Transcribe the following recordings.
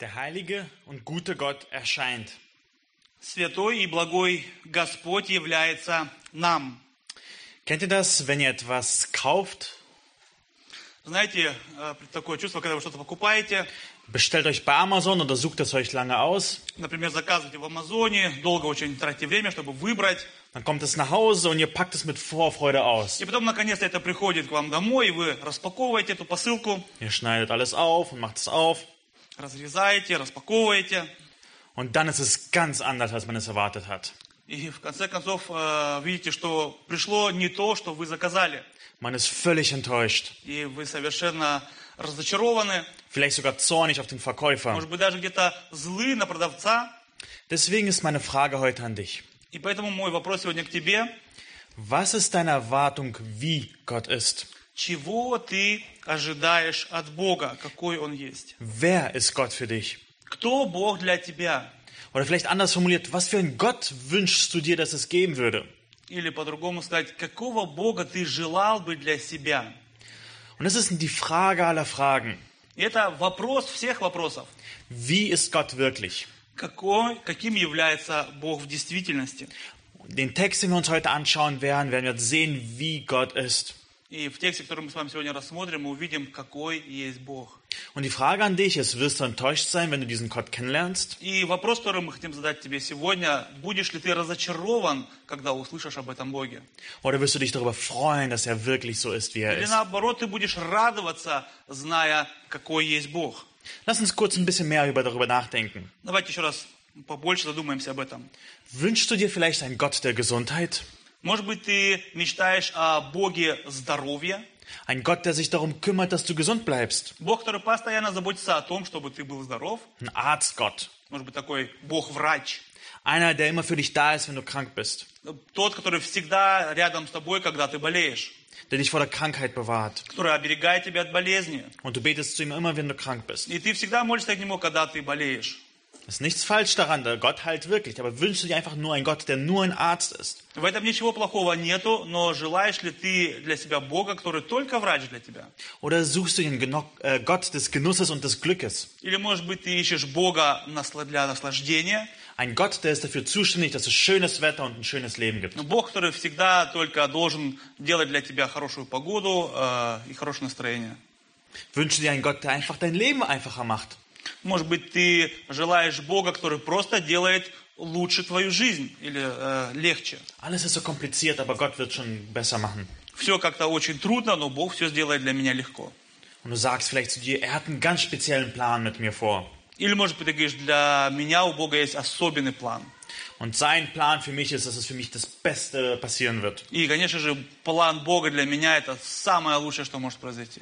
der heilige und gute Gott erscheint. Святой и благой Господь является нам. Kennt ihr das, wenn ihr etwas kauft? Знаете, э, такое чувство, когда вы что-то покупаете, Bestellt euch bei Amazon oder sucht es euch lange aus. например, заказываете в Амазоне, долго очень тратите время, чтобы выбрать, Dann kommt es nach Hause und ihr packt es mit Vorfreude aus. и потом наконец-то это приходит к вам домой, и вы распаковываете эту посылку, Ihr schneidet alles auf und macht es auf. разрезаете, распаковываете, Und dann ist es ganz anders, als man es erwartet hat. и в конце konцов э, видите, что пришло не то, что вы заказали, Man ist völlig enttäuscht. и вы совершенно разочарованы, Vielleicht sogar zornig auf den Verkäufer. может быть, даже где-то злы на продавца. Deswegen ist meine Frage heute an dich. И поэтому мой вопрос сегодня к тебе. Was ist deine Erwartung, wie Gott ist? Чего ты ожидаешь от Бога? Какой Он есть? Wer ist Gott für dich? Кто Бог для тебя? Oder vielleicht anders formuliert, was für einen Gott wünschst du dir, dass es geben würde? Или по-другому сказать, какого Бога ты желал бы для себя? Und das ist die Frage aller Fragen. И это вопрос всех вопросов. Wie ist Gott wirklich? Какой, каким является Бог в действительности? Den Text, den wir uns heute anschauen werden, werden wir sehen, wie Gott ist. И в тексте, который мы с вами сегодня рассмотрим, мы увидим, какой есть Бог. Und die Frage an dich ist, wirst du enttäuscht sein, wenn du diesen Gott kennenlernst? И вопрос, который мы хотим задать тебе сегодня, будешь ли ты разочарован, когда услышишь об этом Боге? Oder wirst du dich darüber freuen, dass er wirklich so ist, wie er Или ist? наоборот, ты будешь радоваться, зная, какой есть Бог? Lass uns kurz ein bisschen mehr über, darüber nachdenken. Давайте еще раз побольше задумаемся об этом. Wünschst du dir vielleicht einen Gott der Gesundheit? Может быть, ты мечтаешь о Боге здоровья? Einen Gott, der sich darum kümmert, dass du gesund bleibst? Бог, который постоянно заботится о том, чтобы ты был здоров. Ein Arztgott? Может быть, такой Бог-врач. Einer, der immer für dich da ist, wenn du krank bist? Тот, который всегда рядом с тобой, когда ты болеешь. Der dich vor der Krankheit bewahrt? Который оберегает тебя от болезни. Und du betest zu ihm immer, wenn du krank bist? И ты всегда молишься к нему, когда ты болеешь. Ist nichts falsch daran, der Gott halt wirklich. Aber wünschst du dir einfach nur einen Gott, der nur ein Arzt ist? В этом ничего плохого нету, но желаешь ли ты для себя Бога, который только врач для тебя? Oder suchst du den Geno äh, Gott des Genusses und des Glückes? Или, может быть, ты ищешь Бога насла- для наслаждения? Ein Gott, der ist dafür zuständig, dass es schönes Wetter und ein schönes Leben gibt. Бог, который всегда только должен делать для тебя хорошую погоду э, и хорошее настроение. Wünschst du dir einen Gott, der einfach dein Leben einfacher macht? Может быть, ты желаешь Бога, который просто делает лучше твою жизнь или э, легче. Alles ist so kompliziert, aber Gott wird schon besser machen. Все как-то очень трудно, но Бог все сделает для меня легко. Und du sagst vielleicht zu dir, er hat einen ganz speziellen Plan mit mir vor. Или, может быть, ты говоришь, для меня у Бога есть особенный план. Und sein Plan für mich ist, dass es für mich das Beste passieren wird. И, конечно же, план Бога для меня это самое лучшее, что может произойти.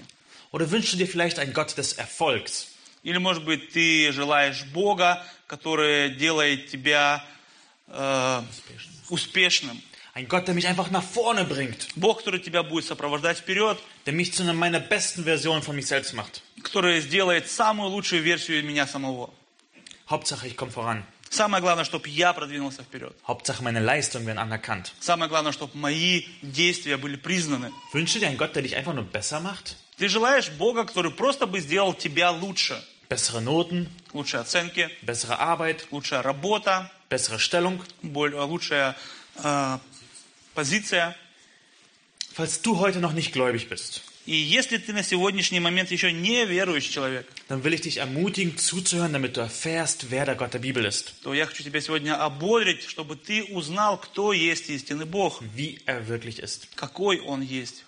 Oder wünschst du dir vielleicht einen Gott des Erfolgs? Или, может быть, ты желаешь Бога, который делает тебя э, успешным. Ein Gott, der mich einfach nach vorne bringt, Бог, который тебя будет сопровождать вперед, der mich zu einer meiner besten Version von mich selbst macht. который сделает самую лучшую версию меня самого. Hauptsache, ich komme voran. Самое главное, чтобы я продвинулся вперед. Hauptsache, meine Leistungen werden anerkannt. Самое главное, чтобы мои действия были признаны. Wünschst du dir einen Gott, der dich einfach nur besser macht? Ты желаешь Бога, который просто бы сделал тебя лучше. Bessere Noten, Лучшие оценки, bessere Arbeit, лучшая работа, bessere Stellung. боль- лучшая э, позиция. Falls du heute noch nicht gläubig bist, И если ты на сегодняшний момент еще не верующий человек, dann will ich dich ermutigen, zuzuhören, damit du erfährst, wer der Gott der Bibel ist, то я хочу тебя сегодня ободрить, чтобы ты узнал, кто есть истинный Бог, wie er wirklich ist. какой Он есть.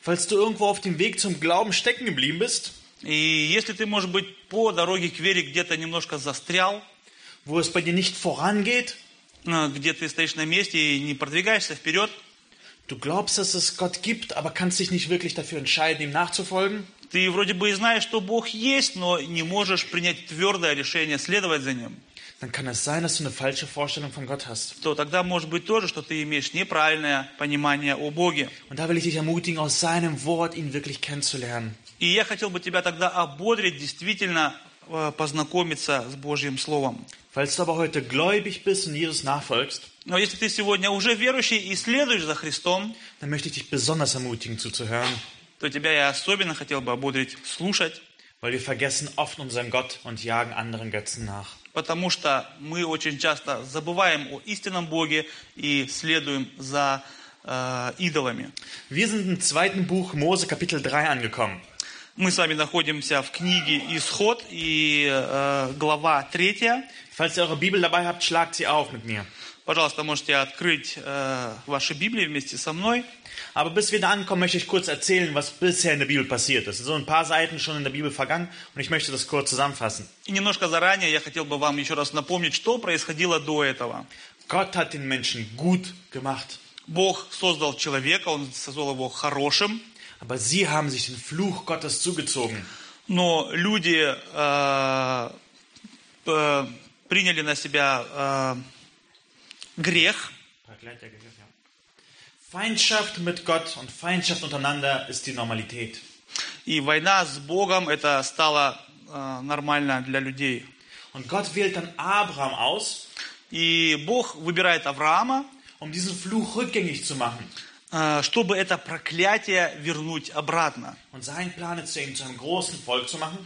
Falls du irgendwo auf dem Weg zum Glauben stecken geblieben bist, И если ты, может быть, по дороге к вере где-то немножко застрял, wo es bei dir nicht vorangeht, э, где ты стоишь на месте и не продвигаешься вперед, du glaubst, dass es Gott gibt, aber kannst dich nicht wirklich dafür entscheiden, ihm nachzufolgen, ты вроде бы и знаешь, что Бог есть, но не можешь принять твердое решение следовать за Ним, dann kann es sein, dass du eine falsche Vorstellung von Gott hast. то тогда может быть тоже, что ты imеешь неправильное понимание о Боге. Und da will ich dich ermutigen, aus seinem Wort ihn wirklich kennenzulernen. И я хотел бы тебя тогда ободрить, действительно э, познакомиться с Божьим Словом. Falls du aber heute gläubig bist und Jesus nachfolgst, Но если ты сегодня уже верующий и следуешь за Христом, dann möchte ich dich besonders ermutigen zuzuhören, то тебя я особенно хотел бы ободрить слушать, Weil wir vergessen oft unseren Gott und jagen anderen Götzen nach. Потому что мы очень часто забываем о истинном Боге и следуем за э, идолами. Wir sind im zweiten Buch Mose Kapitel 3 angekommen. Мы с вами находимся в книге Исход и э, глава 3. Falls ihr eure Bibel dabei habt, schlagt sie auf mit mir. Пожалуйста, можете открыть э, ваши Библии вместе со мной. Aber bis wir da ankommen, möchte ich kurz erzählen, was bisher in der Bibel passiert ist. Es sind so ein paar Seiten schon in der Bibel vergangen und ich möchte das kurz zusammenfassen. И немножко заранее я хотел бы вам еще раз напомнить, что происходило до этого. Gott hat den Menschen gut gemacht, Бог создал человека, он создал его хорошим, aber sie haben sich den Fluch Gottes zugezogen. но люди э, э, приняли на себя э, грех, Feindschaft mit Gott und Feindschaft untereinander ist die Normalität. и война с Богом это стало э, нормально для людей. Und Gott wählt dann Abraham aus, И Бог выбирает Авраама, um diesen Fluch rückgängig zu machen. э, чтобы это проклятие вернуть обратно. Und sein Plan ist, ihn zu einem großen Volk zu machen.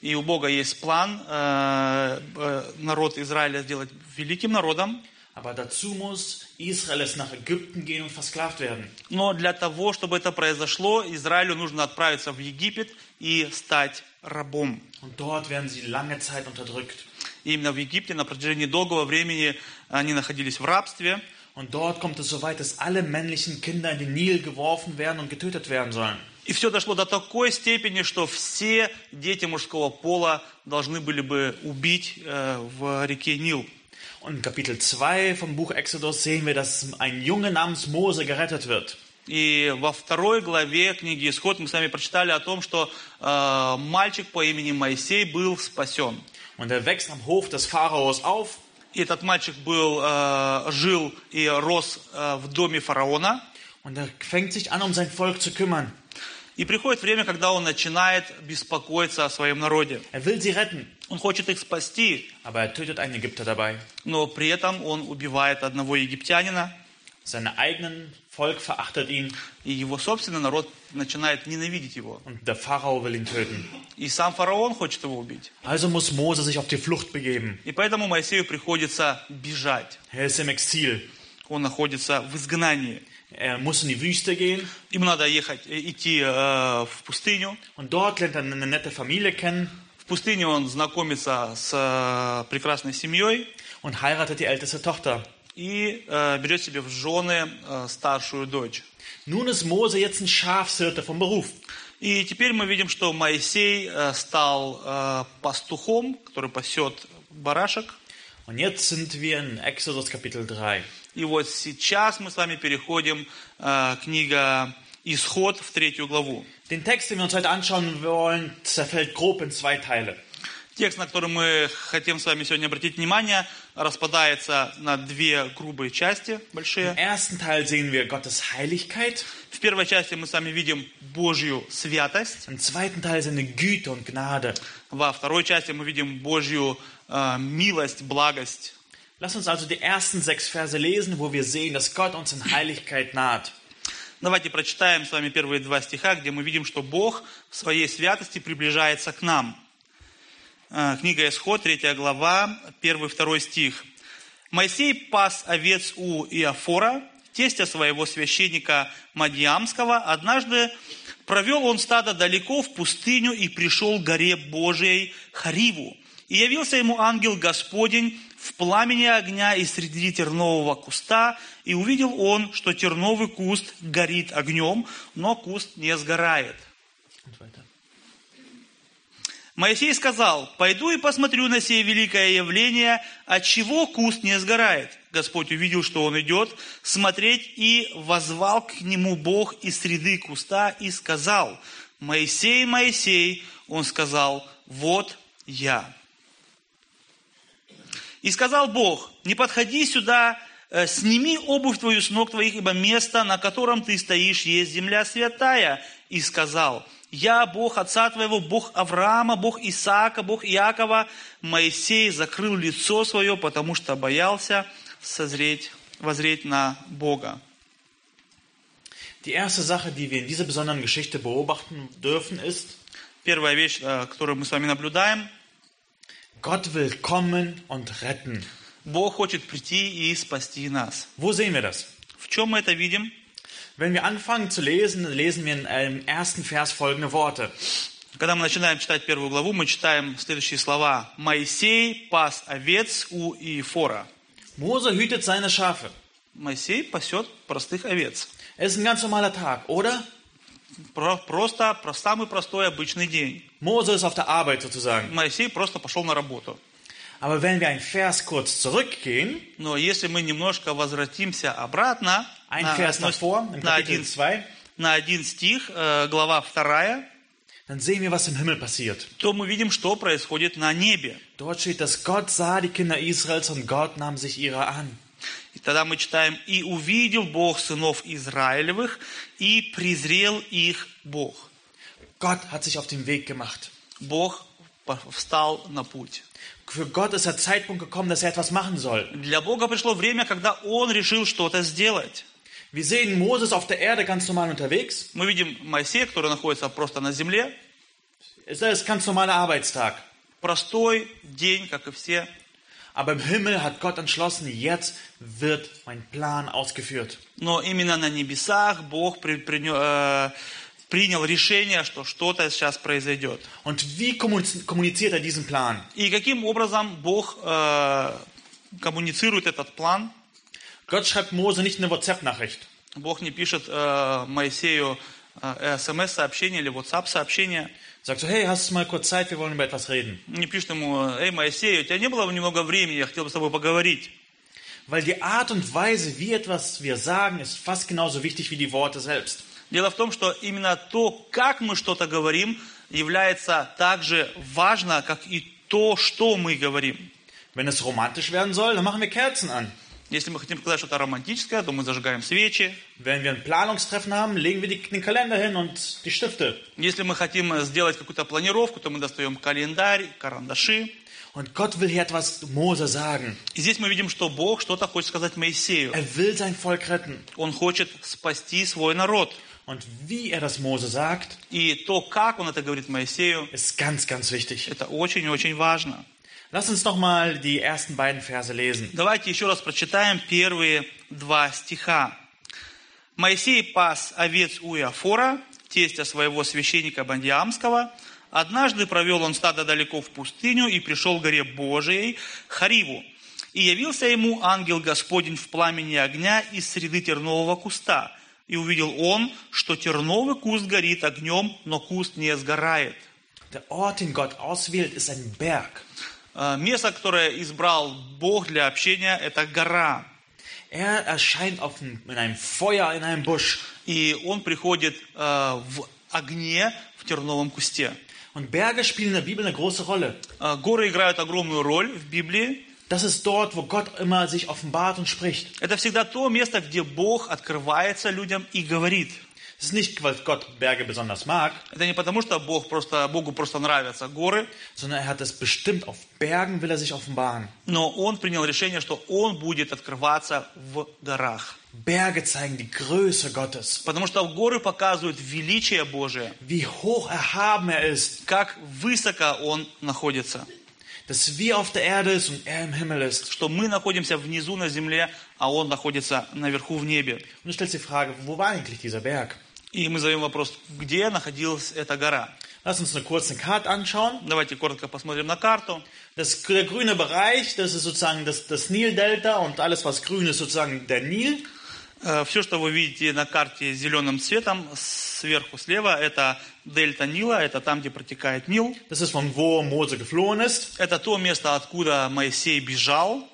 И у Бога есть план э, э, народ Израиля сделать великим народом, Aber dazu muss Israel es nach Ägypten gehen und versklavt werden. но для того, чтобы это произошло, Израилю нужно отправиться в Египет и stать рабом. Und dort werden sie lange Zeit unterdrückt. И именно в Египте на протяжении долгого времени они находились в рабстве. Und dort kommt es so weit, dass alle männlichen Kinder in den Nil geworfen werden und getötet werden sollen. И все дошло до такой степени, что все дети мужского пола должны были бы убить э, в реке Нил. Und in Kapitel 2 vom Buch Exodus sehen wir, dass ein Junge namens Mose gerettet wird. И во второй главе книги Исход мы с вами прочитали о том, что э, мальчик по имени Моисей был спасен. Und er wächst am Hof des Pharaos auf. И этот мальчик был, э, жил и рос э, в доме фараона. Und er fängt sich an, um sein Volk zu kümmern. И приходит время, когда он начинает беспокоиться о своем народе. Er will sie retten, Он хочет их спасти, aber er tötet einen Ägypter dabei. но при этом он убивает одного египтянина, Seine eigenen Volk verachtet ihn и его собственный народ начинает ненавидеть его. und der Pharao will ihn töten. И сам фараон хочет его убить. Also muss Mose sich auf die Flucht begeben. И поэтому Моисею приходится бежать. Er ist im Exil. Он находится в изгнании. Er muss in die Wüste gehen Им надо ехать, э, идти э, в пустыню. und dort lernt er eine nette Familie kennen В пустыне он знакомится с э, прекрасной семьей und heiratet die älteste Tochter. и э, берет себе в жены э, старшую дочь. Nun ist Mose jetzt ein Schafshirte vom Beruf. И теперь мы видим, что Моисей э, стал э, пастухом, который пасет барашек. Und jetzt sind wir in Exodus Kapitel 3. И вот сейчас мы с вами переходим э, книга Исход в третью главу. Den Text, den wir uns heute anschauen wollen, zerfällt grob in zwei Teile. Текст, на который мы хотим с вами сегодня обратить внимание, распадается на две грубые части Im большие. ersten Teil sehen wir Gottes Heiligkeit, В первой части мы с вами видим Божью святость, im zweiten Teil seine Güte und Gnade. во второй части мы видим Божью э, милость, благость. Lass uns also die ersten sechs Verse lesen, wo wir sehen, dass Gott uns in Heiligkeit naht. Давайте прочитаем с вами первые два стиха, где мы видим, что Бог в своей святости приближается к нам. Э, Книга Исход, 3 глава, 1-2 стих. «Моисей пас овец у Иофора, тестя своего священника Мадьямского. Однажды провел он стадо далеко в пустыню и пришел к горе Божией Хариву. И явился ему ангел Господень в пламени огня и среди тернового куста, и увидел он, что терновый куст горит огнем, но куст не сгорает. Und weiter. Моисей сказал, «Пойду и посмотрю на сие великое явление, от чего куст не сгорает». Господь увидел, что он идет, смотреть, и возвал к нему Бог из среды куста и сказал, «Моисей, Моисей!» Он сказал, «Вот я». И сказал Бог, не подходи сюда, э, сними обувь твою с ног твоих, ибо место, на котором ты стоишь, есть земля святая. И сказал, я Бог отца твоего, Бог Авраама, Бог Исаака, Бог Иакова. Моисей закрыл лицо свое, потому что боялся созреть, возреть на Бога. Die erste Sache, die wir in dieser besonderen Geschichte beobachten dürfen, ist, Первая вещь, э, которую мы с вами наблюдаем, Gott will kommen und retten. Бог хочет прийти и спасти нас. Wo sehen wir das? В чем мы это видим? Wenn wir anfangen zu lesen, dann lesen wir in, äh, im ersten Vers folgende Worte. Когда мы начинаем читать первую главу, мы читаем следующие слова. «Моисей пас овец у Иефора». Mose hütet seine Schafe. Моисей пасет простых овец. Es ist ein ganz normaler Tag, oder? Про- Просто про самый простой обычный день. Mose ist auf der Arbeit sozusagen. Моисей просто пошел на работу. Aber wenn wir einen Vers kurz zurückgehen, Но если мы немножко возвратимся обратно einen на, Vers одно- davor, in на Kapitel один, 2, на один стих, э, глава 2, dann sehen wir, was im Himmel passiert. то мы видим, что происходит на небе. Dort steht, dass Gott sah die Kinder Israels und Gott nahm sich ihrer an. И тогда мы читаем, «И увидел Бог сынов Израилевых, и презрел их Бог». Gott hat sich auf den Weg gemacht. Бог по- встал на путь. Für Gott ist der Zeitpunkt gekommen, dass er etwas machen soll. Для Бога пришло время, когда Он решил что-то сделать. Wir sehen Moses auf der Erde ganz normal unterwegs. Мы видим Моисея, который находится просто на земле. Es ist ein ganz normaler Arbeitstag. Простой день, как и все. Aber im Himmel hat Gott entschlossen, jetzt wird mein Plan ausgeführt. Но именно на небесах Бог при- принё- э, принял решение, что что-то сейчас произойдет. Und wie kommuniz- kommuniziert er diesen Plan? И каким образом Бог э, коммуницирует этот план? Gott schreibt Mose nicht eine WhatsApp-Nachricht. Бог не пишет э, Моисею э, смс-сообщение или WhatsApp-сообщение. Sagt so, hey, hast du mal kurz Zeit, wir wollen über etwas reden. Не пишет ему, эй, Моисей, у тебя не было немного времени, я хотел бы с тобой поговорить. Weil die Art und Weise, wie etwas wir sagen, ist fast genauso wichtig wie die Worte selbst. Дело в том, что именно то, как мы что-то говорим, является так же важно, как и то, что мы говорим. Wenn es romantisch werden soll, dann machen wir Kerzen an. Если мы хотим сказать что-то романтическое, то мы зажигаем свечи. Wenn wir ein Planungstreffen haben, legen wir die, den Kalender hin und die Stifte. Если мы хотим э, сделать какую-то планировку, то мы достаем календарь, карандаши. Und Gott will hier etwas Mose sagen. И здесь мы видим, что Бог что-то хочет сказать Моисею. Er will sein Volk retten. Он хочет спасти свой народ. Und wie er das Mose sagt, И то, как он это говорит Моисею, ist ganz, ganz wichtig. это очень-очень важно. Lass uns noch mal die ersten beiden Verse lesen. Давайте еще раз прочитаем первые два стиха. «Моисей пас овец у Иофора, тестя своего священника Бандиамского. Однажды провел он стадо далеко в пустыню и пришел к горе Божией, Хариву. И явился ему ангел Господень в пламени огня из среды тернового куста. И увидел он, что терновый куст горит огнем, но куст не сгорает». Der Ort, den Gott auswählt, ist ein Berg. Э, Место, которое избрал Бог для общения, это гора. Er erscheint auf dem, in einem Feuer in einem Busch. И он приходит э, в огне в терновом кусте. Und Berge spielen in der Bibel eine große Rolle. Э, горы играют огромную роль в Библии. Das ist dort, wo Gott immer sich offenbart und spricht. Это всегда то место, где Бог открывается людям и говорит. Es ist nicht, weil Gott Berge besonders mag, Это не потому, что Бог просто, Богу просто нравятся горы, sondern er hat es bestimmt, auf Bergen will er sich offenbaren. но Он принял решение, что Он будет открываться в горах. Berge zeigen die Größe Gottes, Потому что горы показывают величие Божие, wie hoch erhaben er ist, как высоко Он находится. dass wir auf der Erde ist und er im Himmel ist. Что мы находимся внизу на земле, а Он находится наверху в небе. Und du stellst die Frage, wo war eigentlich dieser Berg? И мы задаем вопрос, где находилась эта гора? Lass uns eine kurze Karte anschauen. Давайте коротко посмотрим на карту. Das, der grüne Bereich, das ist sozusagen das, das Nildelta und alles, was grün ist, sozusagen der Nil. Все, Э, что вы видите на карте зеленым цветом, сверху слева, это дельта Нила, это там, где протекает Нил. Das ist von wo Mose geflohen ist. Это то место, откуда Моисей бежал.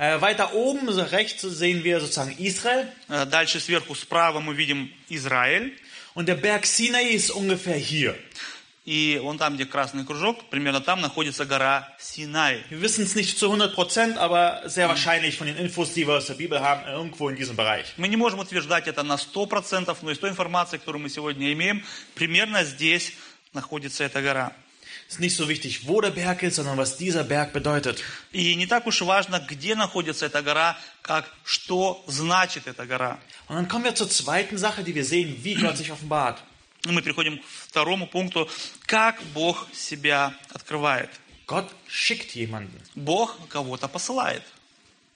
Äh, weiter oben so rechts sehen wir sozusagen Israel. Э, Дальше сверху справа мы видим Израиль. Und der Berg Sinai ist ungefähr hier. И вон там, где красный кружок, примерно там находится гора Синай. Wir wissen es nicht zu 100 Prozent, aber sehr wahrscheinlich von den Infos, die wir aus der Bibel haben, irgendwo in diesem Bereich. Мы не можем утверждать это на 100%, но из той информации, которую мы сегодня имеем, примерно здесь находится эта гора. Es ist nicht so wichtig, wo der Berg ist, sondern was dieser Berg bedeutet. И не так уж важно, где находится эта гора, как что значит эта гора. Und dann kommen wir zur zweiten Sache, die wir sehen, wie Gott sich offenbart. И мы переходим к второму пункту, как Бог себя открывает. Gott schickt jemanden. Бог кого-то посылает.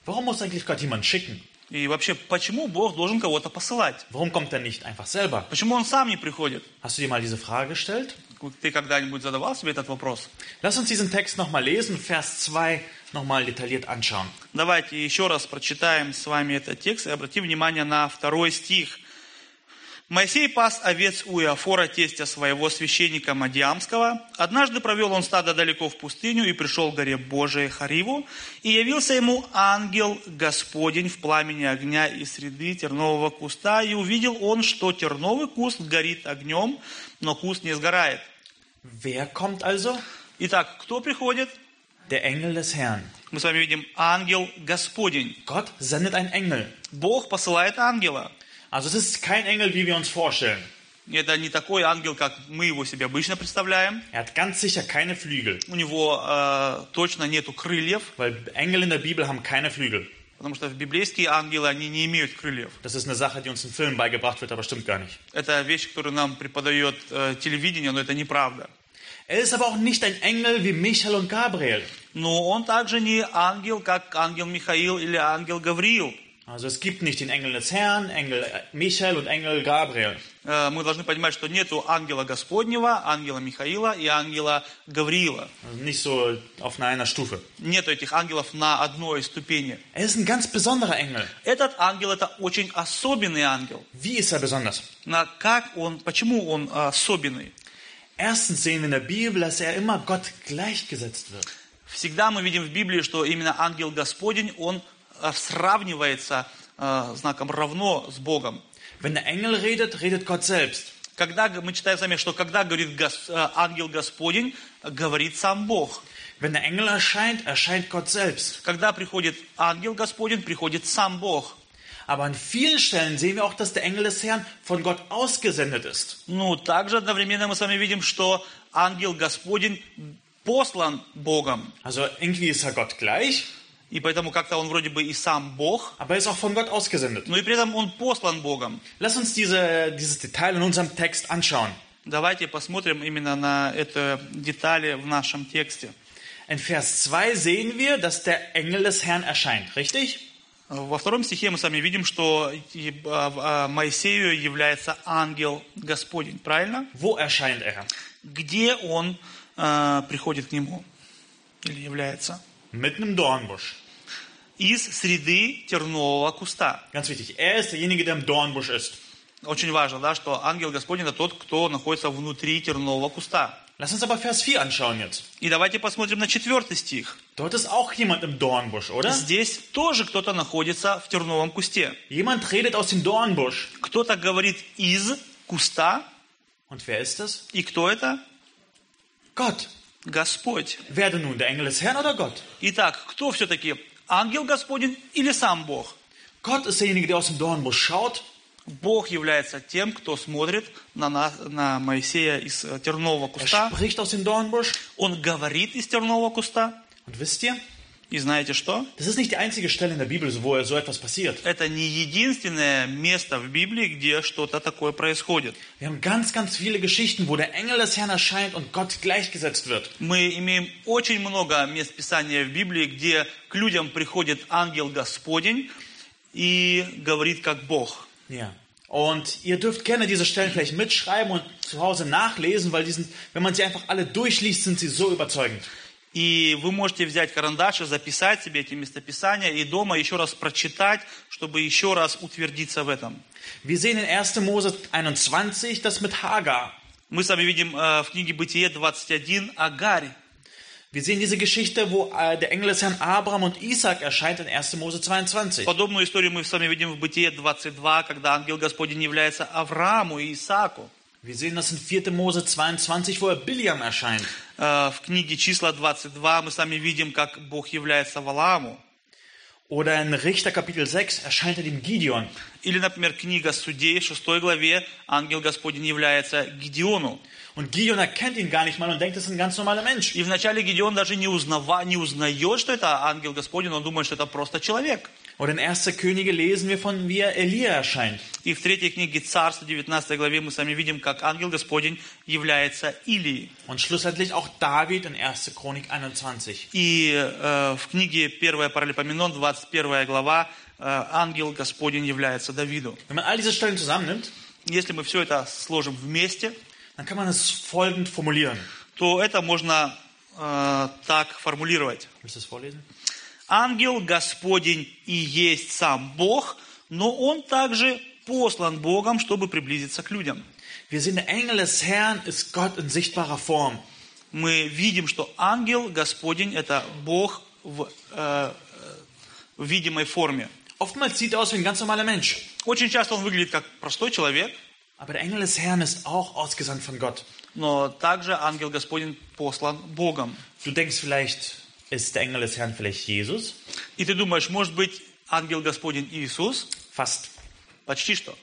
Warum muss eigentlich Gott jemanden schicken? И вообще, почему Бог должен кого-то посылать? Warum kommt er nicht einfach selber? Почему Он сам не приходит? Hast du dir mal diese Frage gestellt? Ты когда-нибудь задавал себе этот вопрос? Lass uns diesen Text nochmal lesen, Vers 2 nochmal detailliert anschauen. Давайте еще раз прочитаем с вами этот текст и обратим внимание на второй стих. Моисей пас овец у Иофора, тестя своего священника Мадиамского. Однажды провел он стадо далеко в пустыню и пришел к горе Божией Хариву. И явился ему ангел Господень в пламени огня из среды тернового куста. И увидел он, что терновый куст горит огнем, но куст не сгорает. Wer kommt also? Итак, кто приходит? Der Engel des Herrn. Мы с вами видим ангел Господень. Gott sendet einen Engel. Бог посылает ангела. Also es ist kein Engel, wie wir uns vorstellen. Это не такой ангел, как мы его себе обычно представляем. Er hat ganz sicher keine Flügel, У него э, точно нету крыльев, weil Engel in der Bibel haben keine Flügel. потому что библейские ангелы, они не имеют крыльев. Das ist eine Sache, die uns in Filmen beigebracht wird, aber stimmt gar nicht. Это вещь, которую нам преподает э, телевидение, но это неправда. Er ist aber auch nicht ein Engel wie Michael und Gabriel. Но он также не ангел, как ангел Михаил или ангел Гавриил. Also es gibt nicht den Engel des Herrn, Engel äh, Michael und Engel Gabriel. Э, мы должны понимать, что нету ангела Господнего, ангела Михаила и ангела Гавриила. Also nicht so auf einer Stufe. Нету этих ангелов на одной ступени. Er ist ein ganz besonderer Engel. Этот ангел это очень особенный ангел. Wie ist er besonders? На как он, почему он особенный? Erstens sehen wir in der Bibel, dass er immer Gott gleichgesetzt wird. Всегда мы видим в Библии, что именно ангел Господень, он э, сравнивается э, знаком равно с Богом. Wenn der Engel redet, redet Gott selbst. Когда г- мы читаем с вами, что когда говорит Гос- э, ангел Господень, говорит сам Бог. Wenn der Engel erscheint, erscheint Gott selbst. Когда приходит ангел Господень, приходит сам Bог. Aber an vielen Stellen sehen wir auch, dass der Engel des Herrn von Gott ausgesendet ist. Ну, также одновременно мы с вами видим, что ангел Господень послан Богом. Also irgendwie ist er Gott gleich, И поэтому как-то он вроде бы и сам Бог, aber er ist auch von Gott ausgesendet. но и при этом он послан Богом. Lass uns diese, dieses Detail in unserem Text anschauen. Давайте посмотрим именно на это детали в нашем тексте. In Vers 2 sehen wir, dass der Engel des Herrn erscheint, richtig? Во втором стихе мы с вами видим, что и, э, э, Моисею является ангел Господень, правильно? Wo erscheint er? Где он э, приходит к нему или является? Mitten im Dornbusch. Из среды тернового куста. Ganz wichtig, er ist derjenige, der im Dornbusch ist. Очень важно, да, что ангел Господень это тот, кто находится внутри тернового куста. Lass uns aber Vers 4 anschauen jetzt. И давайте посмотрим на четвертый стих. Dort ist auch jemand im Dornbusch, oder? Здесь тоже кто-то находится в терновом кусте. Jemand redet aus dem Dornbusch. Кто-то говорит из куста, Und wer ist das? и кто это? Gott. Господь. Wer denn nun, der Engel des Herrn oder Gott? Итак, кто все-таки? Ангел Господень или сам Бог? Gott ist derjenige, der aus dem Dornbusch schaut. Бог является тем, кто смотрит на, нас, на Моисея из э, тернового Er куста. spricht aus dem Dornbusch. Он говорит из тернового куста. Und wisst ihr, И знаете что? das ist nicht die einzige Stelle in der Bibel, wo so etwas passiert. Это не единственное место в Библии, где что-то такое происходит. Wir haben ganz, ganz viele Geschichten, wo der Engel des Herrn erscheint und Gott gleichgesetzt wird. Мы имеем очень много мест Писания в Библии, где к людям приходит ангел Господень и говорит как Бог. Ja. Und ihr dürft gerne diese Stellen vielleicht mitschreiben und zu Hause nachlesen, weil die sind, wenn man sie einfach alle durchliest, sind sie so überzeugend. И вы можете взять карандаш и записать себе эти местописания и дома еще раз прочитать, чтобы еще раз утвердиться в этом. Wir sehen in 1. Mose 21 das mit Hagar. Мы с вами видим э, в книге Бытие 21 Агарь. Wir sehen diese Geschichte, wo äh, der Engel des Herrn Abraham und Isaac erscheint in 1. Mose 22. Подобную историю мы с вами видим в Бытие 22, когда ангел Господень является Аврааму и Исааку. Wir sehen das in 4. Mose 22, wo er Biliam erscheint. Э, в книге числа 22 мы с вами видим, как Бог является Валааму. Oder in Richter Kapitel 6 erscheint er dem Gideon. Или, например, книга Судей в 6 главе ангел Господень является Гедеону. Und Gideon erkennt ihn gar nicht mal und denkt, das ist ein ganz normaler Mensch. И вначале Гедеон даже не, узнава, не узнает, что это ангел Господень, он думает, что это просто человек. Und in 1. Könige lesen wir von, wie er Elia erscheint. И в третьей книге Царства, 19 главе, мы с вами видим, как ангел Господень является Илией. Und schlussendlich auch David in 1. Chronik 21. И э, в книге 1 Паралипоменон, 21 глава, э, ангел Господень является Давиду. Wenn man all diese Stellen zusammennimmt, Если мы все это сложим вместе, dann kann man es folgend formulieren. то это можно э, так формулировать. Willst du das vorlesen? Ангел Господень и есть сам Бог, но он также послан Богом, чтобы приблизиться к людям. Wir sehen, der Engel des Herrn ist Gott in sichtbarer Form. Мы видим, что ангел Господень – это Бог в, э, э, в видимой форме. Oftmals sieht er aus wie ein ganz normaler Mensch. Очень часто он выглядит как простой человек, Aber der Engel des Herrn ist auch ausgesandt von Gott. но также ангел Господень послан Богом. Du denkst vielleicht, ist der Engel des Herrn vielleicht Jesus? И ты думаешь, может быть, ангел Господень Иисус? Fast. Почти что.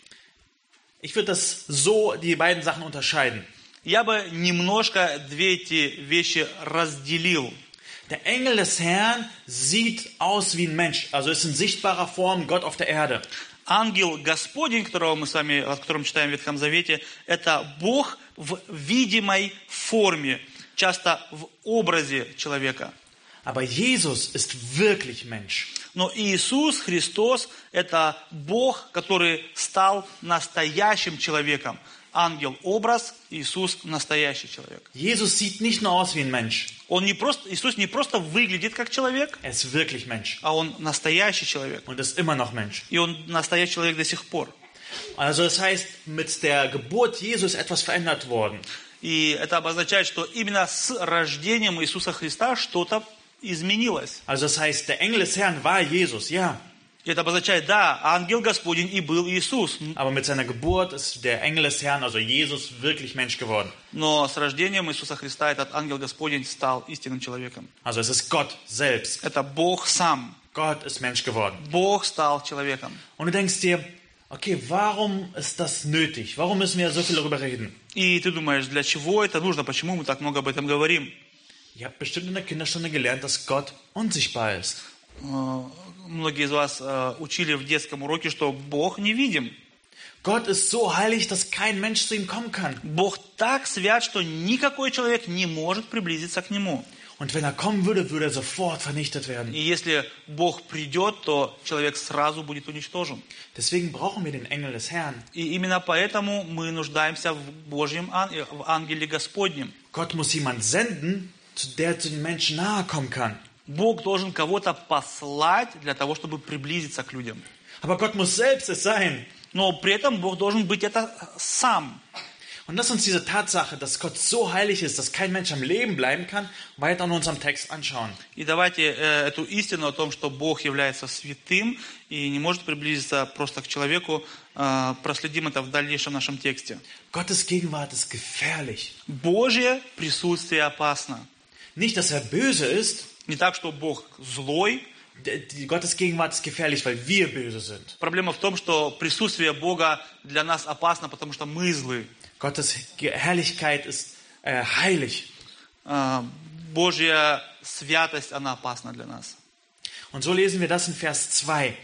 Ich würde das so, die beiden Sachen unterscheiden. Я бы немножко две эти вещи разделил. Der Engel des Herrn sieht aus wie ein Mensch, also ist in sichtbarer Form Gott auf der Erde. Ангел Господень, которого мы с вами, о котором читаем в Ветхом Завете, это Бог в видимой форме, часто в образе человека. Aber Jesus ist wirklich Mensch. Но Иисус Христос – это Бог, который стал настоящим человеком. Ангел – образ, Иисус – настоящий человек. Jesus sieht nicht nur aus wie ein Mensch, Он не просто, Иисус не просто выглядит как человек, er ist wirklich Mensch а Он настоящий человек. und ist immer noch Mensch. И Он настоящий человек до сих пор. Also das heißt, mit der Geburt Jesu ist etwas verändert worden. И это обозначает, что именно с рождением Иисуса Христа что-то изменилось. Also das heißt, der Engel des Herrn war Jesus, ja. И это обозначает, да, ангел Господень и был Иисус, Aber mit seiner Geburt ist der Engel des Herrn, also Jesus, wirklich Mensch geworden. но с рождением Иисуса Христа этот ангел Господень стал истинным человеком. Also es ist Gott selbst. Это Бог сам. Gott ist Mensch geworden. Бог стал человеком. Und du denkst dir, okay, warum ist das nötig? Warum müssen wir so viel darüber reden? И ты думаешь, для чего это нужно, почему мы так много об этом говорим? Ihr habt bestimmt in der Kinderstunde gelernt, dass Gott unsichtbar ist. Э, Многие из вас э, учили в детском уроке, что Бог невидим. Gott ist so heilig, dass kein Mensch zu ihm kommen kann. Бог так свят, что никакой человек не может приблизиться к Нему. Und wenn er kommen würde, würde er sofort vernichtet werden. И если Бог придет, то человек сразу будет уничтожен. Deswegen brauchen wir den Engel des Herrn. И именно поэтому мы нуждаемся в Божьем ан- э, в ангеле Господнем. Gott muss jemand senden, zu der zu den Menschen nahe kommen kann. Бог должен кого-то послать для того, чтобы приблизиться к людям. Aber Gott muss selbst es sein. Но при этом Бог должен быть это сам. Und lass uns diese Tatsache, dass Gott so heilig ist, dass kein Mensch am Leben bleiben kann, weiter in unserem Text anschauen. И давайте э, эту истину о том, что Бог является святым и не может приблизиться просто к человеку, э, проследим это в дальнейшем нашем тексте. Gottes Gegenwart ist gefährlich. Божье присутствие опасно. Nicht, dass er böse ist. Не так, что Бог злой, D- Die Gottes Gegenwart ist gefährlich, weil wir böse sind. Проблема в том, что присутствие Бога для нас опасно, потому что мы злы. Gottes Ge- Herrlichkeit ist äh, heilig. А, Божья святость, она опасна для нас. Und so lesen wir das in Vers 2.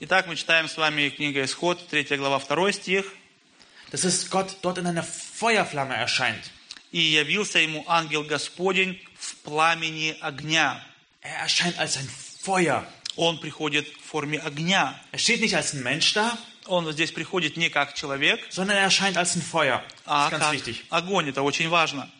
Итак, мы читаем с вами книга Исход, 3 глава, 2 стих. Das ist Gott dort in einer Feuerflamme erscheint. «И явился ему ангел Господень в пламени огня». Er erscheint als ein Feuer. Он приходит в форме огня. Er steht nicht als ein Mensch da, Он здесь приходит не как человек, sondern er erscheint als ein Feuer. Das а ist ganz как wichtig. огонь. Это очень важно.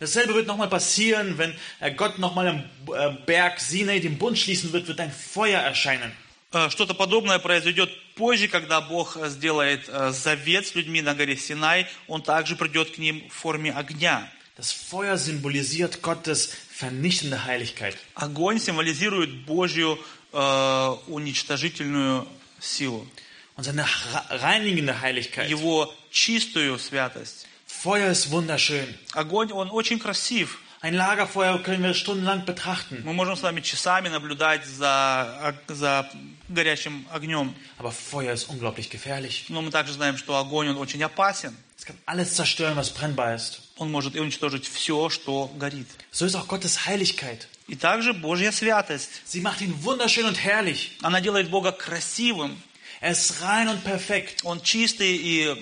Dasselbe wird nochmal passieren, wenn äh, Gott nochmal am äh, Berg Sinai den Bund schließen wird, wird ein Feuer erscheinen. Э, Что-то подобное произойдет позже, когда Бог э, сделает э, завет с людьми на горе Синай. Он также придет к ним в форме огня. Das Feuer symbolisiert Gottes vernichtende Heiligkeit. Огонь символизирует Божью э, уничтожительную силу, und seine ra- reinigende Heiligkeit. его чистую святость. Feuer ist wunderschön. Огонь, он очень красив. Ein Lagerfeuer können wir stundenlang betrachten. Мы можем с вами часами наблюдать за, ог- за горящим огнем. Aber Feuer ist unglaublich gefährlich. Но мы также знаем, что огонь, он очень опасен. Es kann alles zerstören, was brennbar ist. Он может и уничтожить все, что горит. So ist auch Gottes Heiligkeit. И также Божья святость. Sie macht ihn wunderschön und herrlich. Она делает Бога красивым. Er ist rein und perfekt. Он чистый и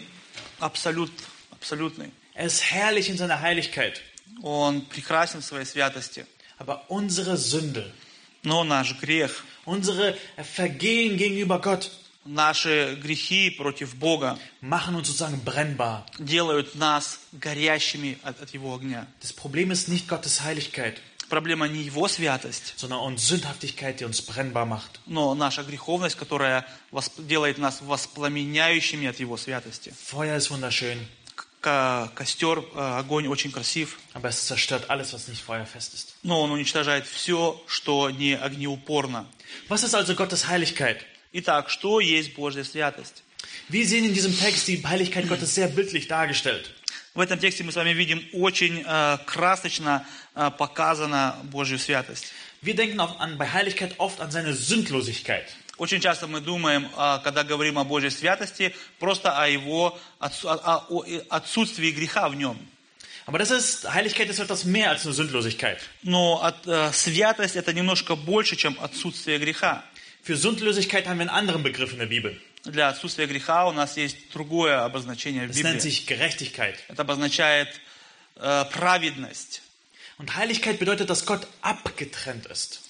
абсолют, абсолютный. Er ist herrlich in seiner Heiligkeit. Он прекрасен в своей святости. Aber unsere Sünde, Но наш грех, unsere Vergehen gegenüber Gott наши грехи против Бога machen uns sozusagen brennbar. делают нас горящими от, от Его огня. Das Problem ist nicht Gottes Heiligkeit, Проблема не Его святость, sondern unsere Sündhaftigkeit, die uns brennbar macht. но наша греховность, которая восп- делает нас воспламеняющими от Его святости. Feuer ist wunderschön, К- ко- Костер, э, огонь очень красив, aber es zerstört alles, was nicht feuerfest ist. но он уничтожает все, что не огнеупорно. Was ist also Gottes Heiligkeit? Итак, что есть Божья святость? Wir sehen in diesem Text die Heiligkeit Gottes sehr bildlich dargestellt. В этом тексте мы с вами видим очень э, красочно э, показана Божью святость. Wir denken auch an, bei Heiligkeit oft an seine Sündlosigkeit. Очень часто мы думаем, а, когда говорим о Божьей святости, просто о его отсу- о- о- о- э, отсутствии греха в нем. Aber das ist, Heiligkeit ist etwas mehr als nur Sündlosigkeit. Но от, э, святость это немножко больше, чем отсутствие греха. Für Sündlosigkeit haben wir einen anderen Begriff in der Bibel. Для отсутствия греха у нас есть другое обозначение в Es nennt Библии. sich Gerechtigkeit. Это обозначает э, праведность. Und Heiligkeit bedeutet, dass Gott abgetrennt ist.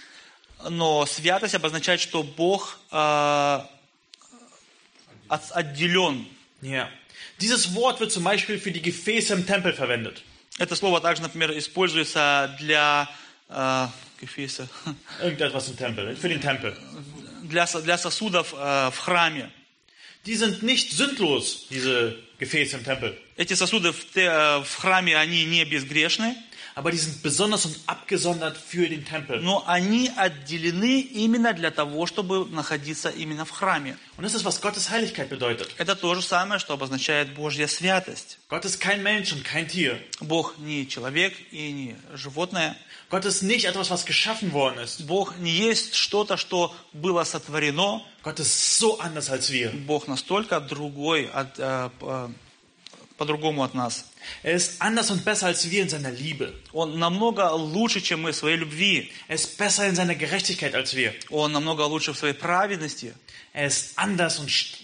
Но святость обозначает, что Бог э, от- отделен. Ja. Dieses Wort wird zum Beispiel für die Gefäße im Tempel verwendet. Это слово также, например, используется для э, кефиса, Irgendetwas im Tempel, für den Tempel. для, со- для сосудов э, в храме. Die sind nicht sündlos, diese Gefäße im Tempel. Эти сосуды в, те- э, в храме, они не безгрешны, Aber die sind besonders und abgesondert für den Tempel. но они отделены именно для того, чтобы находиться именно в храме. Und das ist, was Gottes Heiligkeit bedeutet. Это то же самое, что обозначает Божья святость. Gott ist kein Mensch und kein Tier. Бог не человек и не животное. Gott ist nicht etwas, was geschaffen worden ist. Бог не есть что-то, что было сотворено. Gott ist so anders als wir. Бог настолько другой, от, э, по- по-другому от нас. Er ist anders und besser als wir in seiner Liebe. Он намного лучше, чем мы в своей любви. Er ist besser in seiner Gerechtigkeit als wir. Он намного лучше в своей праведности. Er ist anders und st-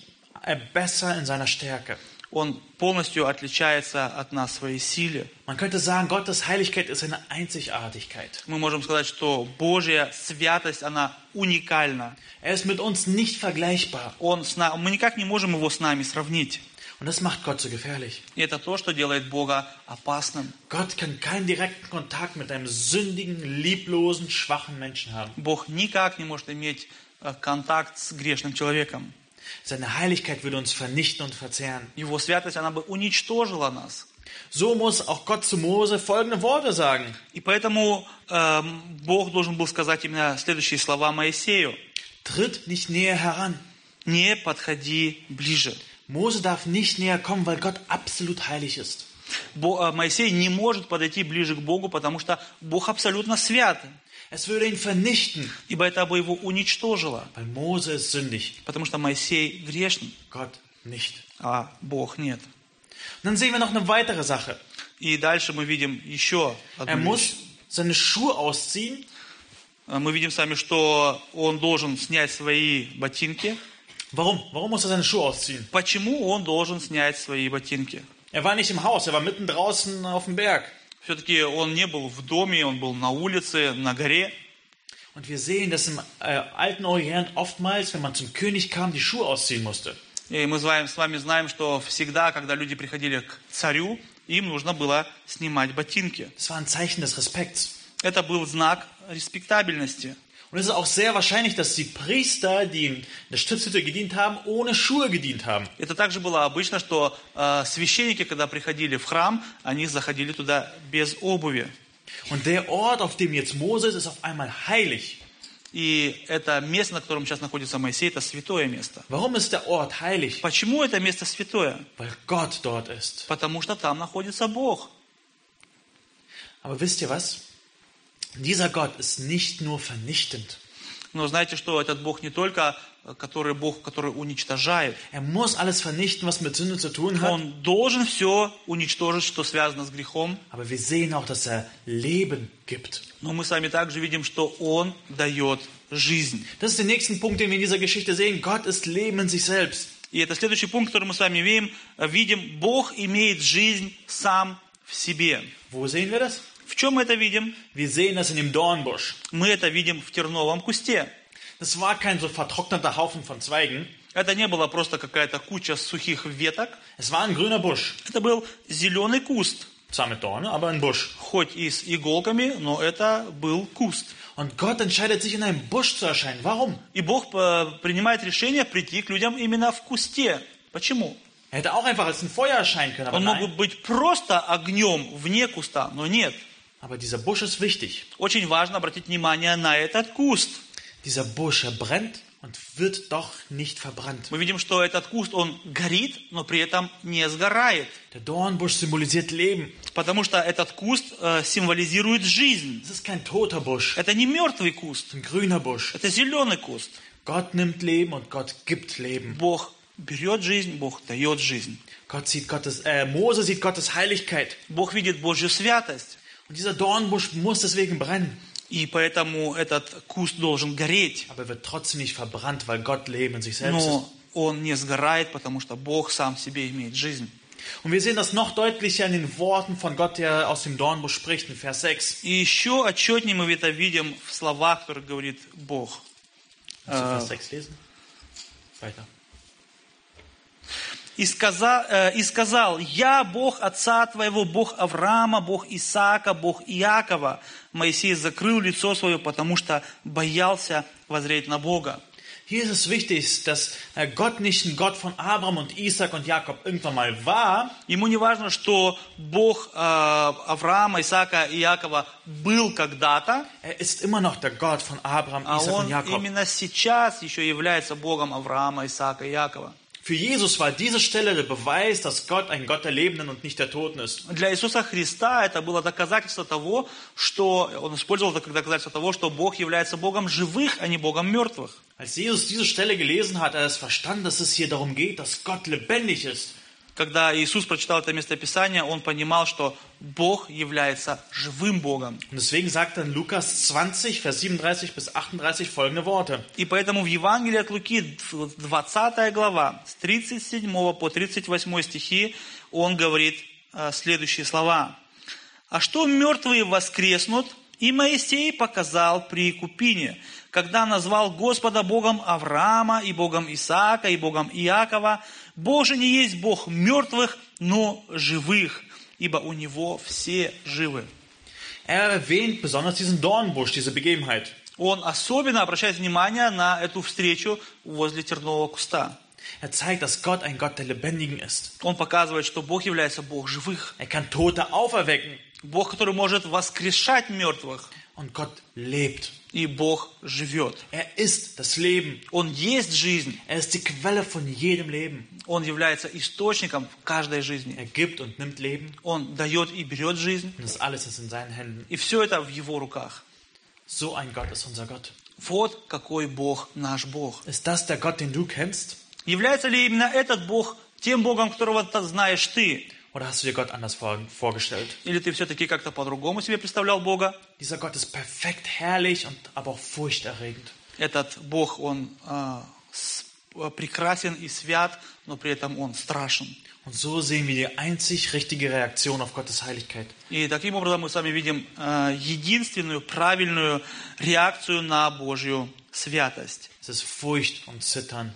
äh, besser in seiner Stärke. Он полностью отличается от нас в своей силе. Man könnte sagen, Gottes Heiligkeit ist eine Einzigartigkeit. Мы можем сказать, что Божья святость, она уникальна. Er ist mit uns nicht vergleichbar. Он с на- Мы никак не можем его с нами сравнить. Und das macht Gott so gefährlich. И это то, что делает Бога опасным. Gott kann keinen direkten Kontakt mit einem sündigen, lieblosen, schwachen Menschen haben. Бог никак не может иметь э, контакт с грешным человеком. Seine Heiligkeit würde uns vernichten und verzehren. Его святость, она бы уничтожила нас. So muss auch Gott zu Mose folgende Worte sagen. И поэтому эм, Бог должен был сказать именно следующие слова Моисею. Tritt nicht näher heran. не подходи ближе. Mose darf nicht näher kommen, weil Gott absolut heilig ist. Бо- а, Моисей не может подойти ближе к Богу, потому что Бог абсолютно свят, Es würde ihn vernichten, ибо это бы его уничтожило, weil Mose ist sündig, потому что Моисей грешен, Gott nicht. а Бог нет. Und dann sehen wir noch eine weitere Sache. И дальше мы видим еще Er одну muss вещь. seine Schuhe ausziehen А, Мы видим с вами, что он должен снять свои ботинки. Warum? Warum muss er seine Schuhe ausziehen? Почему он должен снять свои ботинки? Er war nicht im Haus, er war mitten draußen auf dem Berg. Все-таки он не был в доме, он был на улице, на горе. Und wir sehen, dass im äh, alten Orient oftmals, wenn man zum König kam, die Schuhe ausziehen musste. И мы с вами- с вами знаем, что всегда, когда люди приходили к царю, им нужно было снимать ботинки. Das war ein Zeichen des Respekts. Это был знак респектабельности. Und es ist auch sehr wahrscheinlich, dass die Priester, die in der Stiftshütte gedient haben, ohne Schuhe gedient haben. Это также было обычно, что э, священники, когда приходили в храм, они заходили туда без обуви. Und der Ort, auf dem jetzt Mose ist, ist auf einmal heilig. И это место, на котором сейчас находится Моисей, это святое место. Warum ist der Ort heilig? Почему это место святое? Weil Gott dort ist. Потому что там находится Бог. Aber wisst ihr was? Dieser Gott ist nicht nur vernichtend. Но знаете, что этот Бог не только э, который Бог, который уничтожает. Er muss alles vernichten, was mit Sünde zu tun hat. Он должен все уничтожить, что связано с грехом. Aber wir sehen auch, dass er Leben gibt. Но мы с вами также видим, что Он дает жизнь. Das ist der nächste Punkt, den wir in dieser Geschichte sehen. Gott ist Leben in sich selbst. И это следующий пункт, который мы с вами видим. э, Видим, Бог имеет жизнь сам в себе. Wo sehen wir das? В чем мы это видим? Wir sehen das in dem Dornbusch. Мы это видим в терновом кусте. Das war kein so vertrockneter Haufen von Zweigen. Это не была просто какая-то куча сухих веток. Es war ein grüner Busch. Это был зеленый куст. Zwar mit Dorne, aber ein Busch. Хоть и с иголками, но это был куст. Und Gott entscheidet sich, in einem Busch zu erscheinen. Warum? И Бог э, принимает решение прийти к людям именно в кусте. Почему? Er hätte auch einfach als ein Feuer erscheinen können, aber Он мог бы nein. быть просто огнем вне куста, но нет. Aber dieser Busch ist wichtig. Очень важно обратить внимание на этот куст. Dieser Busch, er brennt und wird doch nicht verbrannt. Мы видим, что этот куст, он горит, но при этом не сгорает. Der Dornbusch symbolisiert Leben. Потому что этот куст э, символизирует жизнь. Es ist kein toter Busch, Это не мертвый куст, ein grüner Busch. это зеленый куст. Gott nimmt Leben und Gott gibt Leben. Бог берет жизнь, Бог дает жизнь. Gott sieht Gottes, äh, Mose sieht Gottes Heiligkeit. Бог видит Божью святость. Und dieser Dornbusch muss deswegen brennen. И поэтому этот куст должен гореть. Aber er wird trotzdem nicht verbrannt, weil Gott Leben in sich selbst ist. Но он не сгорает, потому что Бог сам в себе имеет жизнь. Und wir sehen das noch deutlicher in den Worten von Gott, der aus dem Dornbusch spricht, in Vers 6. И еще отчетнее мы это видим в словах, которые говорит Бог. Kannst du Vers 6 lesen? Weiter. И, сказа- э, «И сказал, я Бог отца твоего, Бог Авраама, Бог Исаака, Бог Иакова». Моисей закрыл лицо свое, потому что боялся воззреть на Бога. Hier ist es wichtig, dass äh, Gott nicht ein Gott von Abraham und Isaac und Jakob irgendwann mal war, Ему не важно, что Бог э, Авраама, Исаака и Иакова был когда-то, Er ist immer noch der Gott von Abraham, а Isaac und он Jakob. именно сейчас еще является Богом Авраама, Исаака и Иакова. Für Jesus war diese Stelle der Beweis, dass Gott ein Gott der Lebenden und nicht der Toten ist. Для Иисуса Христа это было доказательство того, что он использовал это как доказательство того, что Бог является Богом живых, а не Богом мертвых. Als Jesus diese Stelle gelesen hat, hat er es verstanden, dass es hier darum geht, dass Gott lebendig ist. Когда Иисус прочитал это местописание, он понимал, что Бог является живым Богом. Und deswegen sagt dann Lukas 20, Vers 37 bis 38 folgende Worte. И поэтому в Евангелии от Луки, 20 глава, с 37 по 38 стихи, он говорит э, следующие слова. «А что мертвые воскреснут, и Моисей показал при Купине, когда назвал Господа Богом Авраама, и Богом Исаака, и Богом Иакова, Боже не есть Бог мертвых, но живых, ибо у Него все живы». Er erwähnt besonders diesen Dornbusch, diese Begebenheit. Он особенно обращает внимание на эту встречу возле тернового куста. Er zeigt, dass Gott ein Gott der Lebendigen ist. Он показывает, что Бог является Бог живых. Er kann Tote auferwecken Бог, который может воскрешать мертвых. und Gott lebt. И Бог живет. Er ist das Leben. Он есть жизнь. Er ist die Quelle von jedem Leben. Он является источником каждой жизни. Er gibt und nimmt Leben. Он дает и берет жизнь. Und das alles ist in seinen Händen. И все это в Его руках. So ein Gott ist unser Gott. Вот какой Бог наш Бог. Ist das der Gott, den du kennst? Является ли именно этот Бог тем Богом, которого ты знаешь ты? Oder hast du dir Gott anders vor vorgestellt? Или ты все-таки как-то по-другому себе представлял Бога? Dieser Gott ist perfekt, herrlich und aber auch furchterregend. Этот Бог, Он а, с- а, прекрасен и свят, но при этом Он страшен. Und so sehen wir die einzig richtige Reaktion auf Gottes Heiligkeit. И таким образом мы с вами видим э, единственную правильную реакцию на Божью святость. Es ist Furcht und Zittern.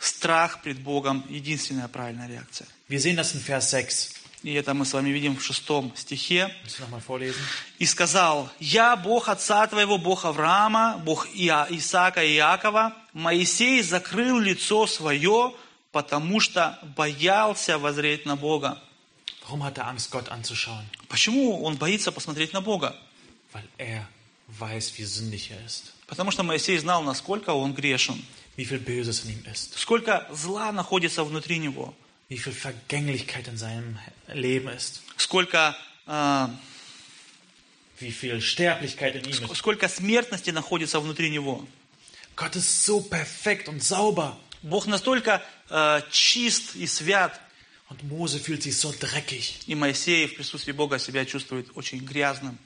Страх пред Богом – единственная правильная реакция. Wir sehen das in Vers 6. И это мы с вами видим в шестом стихе. Musst du nochmal vorlesen? «И сказал, «Я Бог Отца Твоего, Бог Авраама, Бог Иа- Исаака и Иакова. Моисей закрыл лицо свое, потому что боялся возреть на Бога». Warum hat er Angst, Gott anzuschauen? Почему он боится посмотреть на Бога? Weil er weiß, wie sündig er ist. Потому что Моисей знал, насколько он грешен. Wie viel Böses in ihm ist. Сколько зла находится внутри него. Wie viel Vergänglichkeit in seinem Leben ist. Сколько, э, Wie viel Sterblichkeit in ihm ist. сколько смертности находится внутри него. Gott ist so perfekt und sauber. Бог настолько э, чист и свят, Und Mose fühlt sich so dreckig. и Моисей в присутствии Бога себя чувствует очень грязным.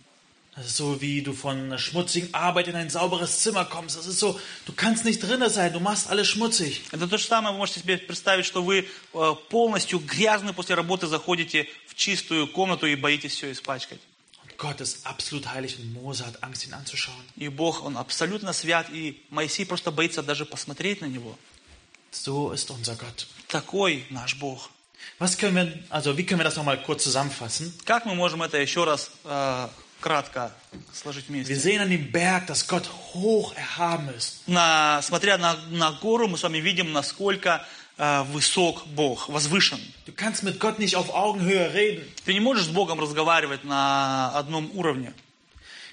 Das ist so, wie du von einer schmutzigen Arbeit in ein sauberes Zimmer kommst. Das ist so, du kannst nicht drinnen sein, du machst alles schmutzig. Это то же самое, вы можете себе представить, что вы э, полностью грязный после работы заходите в чистую комнату и боитесь все испачкать. Und Gott ist absolut heilig und Mose hat Angst, ihn anzuschauen. И Бог, Он абсолютно свят, и Моисей просто боится даже посмотреть на Него. So ist unser Gott. Такой наш Бог. Was können wir, also wie können wir das nochmal kurz zusammenfassen? Как мы можем это еще раз э, кратко сложить Wir вместе? sehen an dem Berg, dass Gott hoch erhaben ist. На, смотря на, на гору, мы с вами видим, насколько э, высок Бог, возвышен. Du kannst mit Gott nicht auf Augenhöhe reden. Ты не можешь с Богом разговаривать на одном уровне.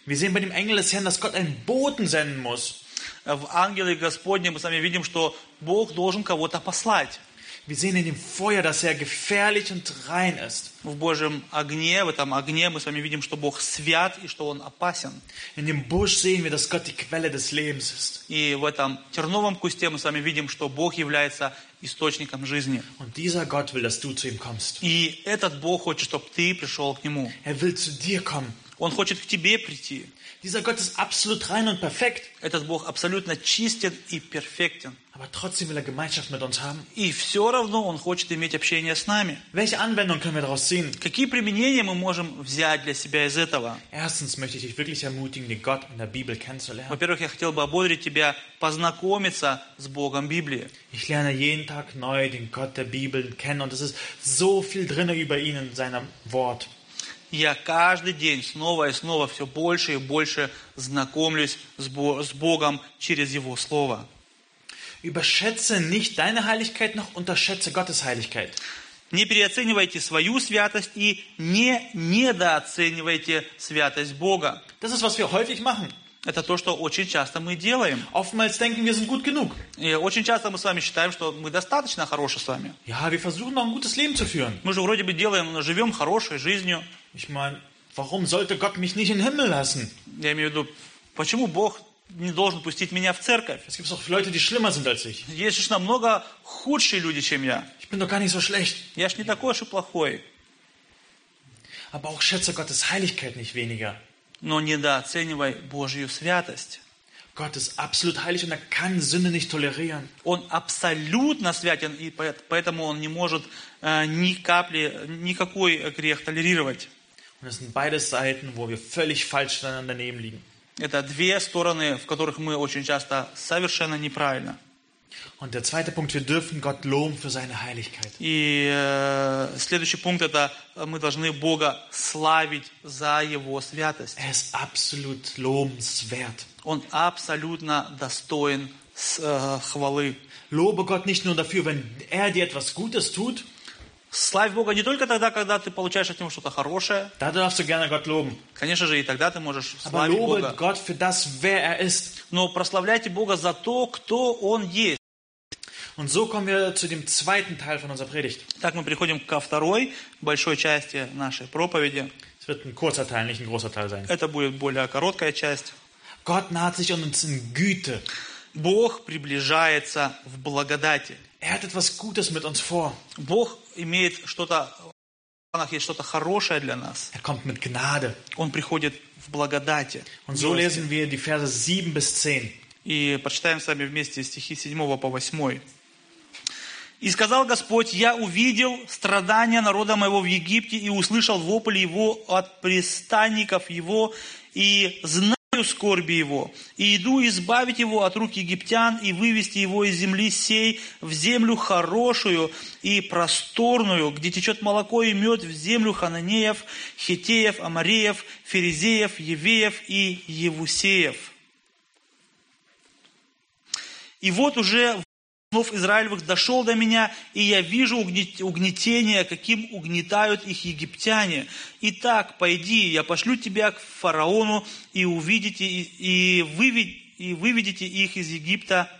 Wir sehen bei dem Engel des Herrn, dass Gott einen Boten senden muss. Э, В ангеле Господне мы с вами видим, что Бог должен кого-то послать. Wir sehen in dem Feuer, dass er gefährlich und rein ist. В Божьем огне, в этом огне мы с вами видим, что Бог свят и что Он опасен. In dem Busch sehen wir, dass Gott die Quelle des Lebens ist. И в этом терновом кусте мы с вами видим, что Бог является источником жизни. Und dieser Gott will, dass du zu ihm kommst. И этот Бог хочет, чтобы ты пришел к Нему. Er will zu dir kommen. Он хочет к тебе прийти. Dieser Gott ist absolut rein und perfekt, Этот Бог абсолютно чистен и перфектен. aber trotzdem will er Gemeinschaft mit uns haben. И все равно Он хочет иметь общение с нами. Welche Anwendung können wir daraus ziehen? Какие применения мы можем взять для себя из этого? Erstens möchte ich dich wirklich ermutigen, den Gott in der Bibel kennenzulernen. Во-первых, я хотел бы ободрить тебя познакомиться с Богом Библии. Ich lerne jeden Tag neu den Gott der Bibel kennen und es ist so viel drinne über ihn in seinem Wort. Я каждый день снова и снова все больше и больше знакомлюсь с Бо- с Богом через Его Слово. Überschätze nicht deine Heiligkeit noch unterschätze Gottes Heiligkeit. Не переоценивайте свою святость и не недооценивайте святость Бога. Das ist, was wir häufig machen. Это то, что очень часто мы делаем. Oftmals denken wir sind gut genug. И очень часто мы с вами считаем, что мы достаточно хороши с вами. Ja, wir versuchen noch ein gutes Leben zu führen. Мы же вроде бы делаем, живем хорошей жизнью. Ich meine, warum sollte Gott mich nicht in den Himmel lassen? Я имею в виду, почему Бог не должен пустить меня в церковь? Es gibt doch Leute, die schlimmer sind als ich. Есть же намного худшие люди, чем я. Ich bin doch gar nicht so schlecht. Я ж не такой уж и плохой. Aber auch schätze Gottes Heiligkeit nicht weniger. Но недооценивай Божью святость. Gott ist absolut heilig und er kann Sünde nicht tolerieren. Он абсолютно святен, и по- поэтому он не может э, ни капли, никакой грех толерировать. Und es sind beides Seiten, wo wir völlig falsch voneinander daneben liegen. Это две стороны, в которых мы очень часто совершенно неправильно. Und der zweite Punkt, wir dürfen Gott loben für seine Heiligkeit. И э, следующий пункт это э, мы должны Бога славить за Его святость. Er ist absolut lobenswert. Он абсолютно достоин с- э, хвалы. Lobe Gott nicht nur dafür, wenn er dir etwas Gutes tut, Славь Бога не только тогда, когда ты получаешь от Него что-то хорошее, da darfst du gerne Gott loben. конечно же, и тогда ты можешь Aber славить lobe Бога. Gott für das, wer er ist. Но прославляйте Бога за то, кто Он есть. Und so kommen wir zu dem zweiten Teil von unserer Predigt. Так мы переходим ко второй большой части нашей проповеди. Es wird ein kurzer Teil, nicht ein großer Teil sein. Это будет более короткая часть. Gott naht sich an uns in Güte. Бог приближается в благодати. Er hat etwas Gutes mit uns vor. Бог имеет что-то, в планах есть что-то хорошее для нас. Er kommt mit Gnade. Он приходит в благодати. Und so lesen wir die Verse 7 bis 10. И прочитаем с вами вместе стихи 7 по 8. «И сказал Господь, я увидел страдания народа моего в Египте и услышал вопль его от пристанников его, и знаю скорби его, и иду избавить его от рук египтян и вывести его из земли сей в землю хорошую и просторную, где течет молоко и мед, в землю хананеев, хитеев, амареев, ферезеев, евеев и евусеев». И вот уже снов Израилевых дошел до меня, и я вижу угнет- угнетение, каким угнетают их египтяне. Итак, пойди, я пошлю тебя к фараону, и увидите, и, и вывед- и выведите их из Египта,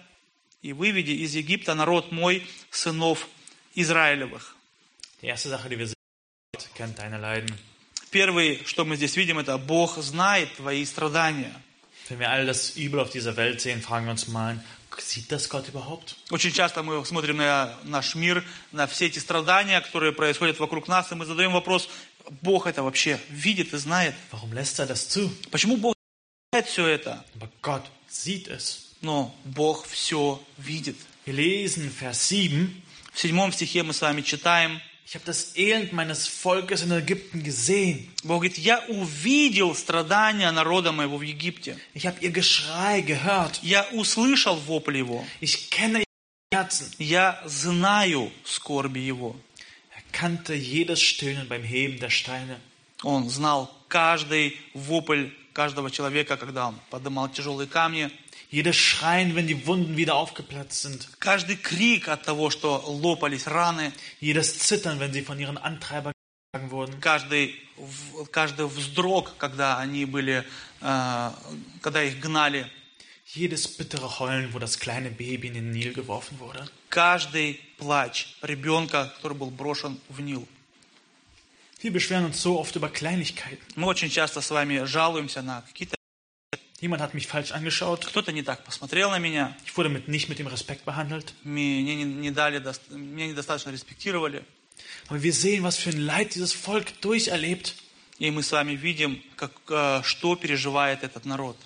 и выведи из Египта народ мой, сынов Израилевых. Die erste Sache, die wir sehen, Gott kennt deine Leiden. Первое, что мы здесь видим, это Бог знает твои страдания. Wenn wir all das Übel auf dieser Welt sehen, fragen wir uns mal, sieht das Gott überhaupt? Очень часто мы смотрим на наш мир, на все эти страдания, которые происходят вокруг нас, и мы задаем вопрос, Бог это вообще видит и знает? Warum lässt er das zu? Почему Бог знает все это? Aber Gott sieht es. Но Бог все видит. Wir lesen Vers 7. В седьмом стихе мы с вами читаем, Ich habe das Elend meines Volkes in Ägypten gesehen. Бог говорит, я увидел страдания народа моего в Египте. Ich habe ihr Geschrei gehört. Я услышал вопль его. Ich kenne ihr Herzen. Я знаю скорби его. Er kannte jedes Stöhnen beim Heben der Steine. Он знал каждый вопль каждого человека, когда он поднимал тяжелые камни. Jedes Schreien, wenn die Wunden wieder aufgeplatzt sind. Каждый крик от того, что лопались раны. Jedes Zittern, wenn sie von ihren Antreibern geschlagen wurden. Каждый, в- каждый вздрог, когда они были, э, когда их гнали. Jedes bittere Heulen, wo das kleine Baby in den Nil geworfen wurde. Каждый плач ребенка, который был брошен в Нил. Wir beschweren uns so oft über Kleinigkeiten. Мы очень часто с вами жалуемся на какие-то... Jemand hat mich falsch angeschaut. Кто-то не так посмотрел на меня, Ich wurde mit, nicht mit dem Respekt behandelt. мне не, не дали, дос- меня недостаточно респектировали. Aber wir sehen, was für ein Leid dieses Volk durcherlebt. И мы с вами видим, как, э, что переживает этот народ.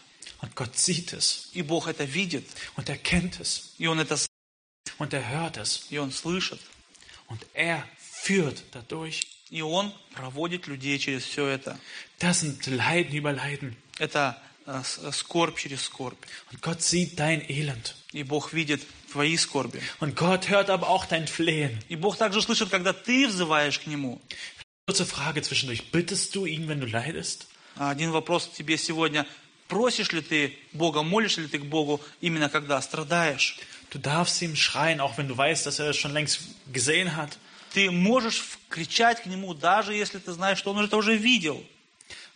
Und Gott sieht es. И Бог это видит, Und er kennt es. и Он это с- Und er hört es. и Он слышит, Und er führt dadurch. и Он проводит людей через все это. Das sind Leiden über Leiden. Это э, с- э, скорбь через скорбь. Und Gott sieht dein Elend. И Бог видит твои скорби. Und Gott hört aber auch dein Flehen. И Бог также слышит, когда ты взываешь к Нему. Kurze Frage zwischendurch. Bittest du ihn, wenn du leidest? Один вопрос тебе сегодня. Просишь ли ты Бога, молишь ли ты к Богу именно когда страдаешь? Du darfst ihm schreien, auch wenn du weißt, dass er es schon längst gesehen hat. Ты можешь в- кричать к Нему, даже если ты знаешь, что Он это уже видел.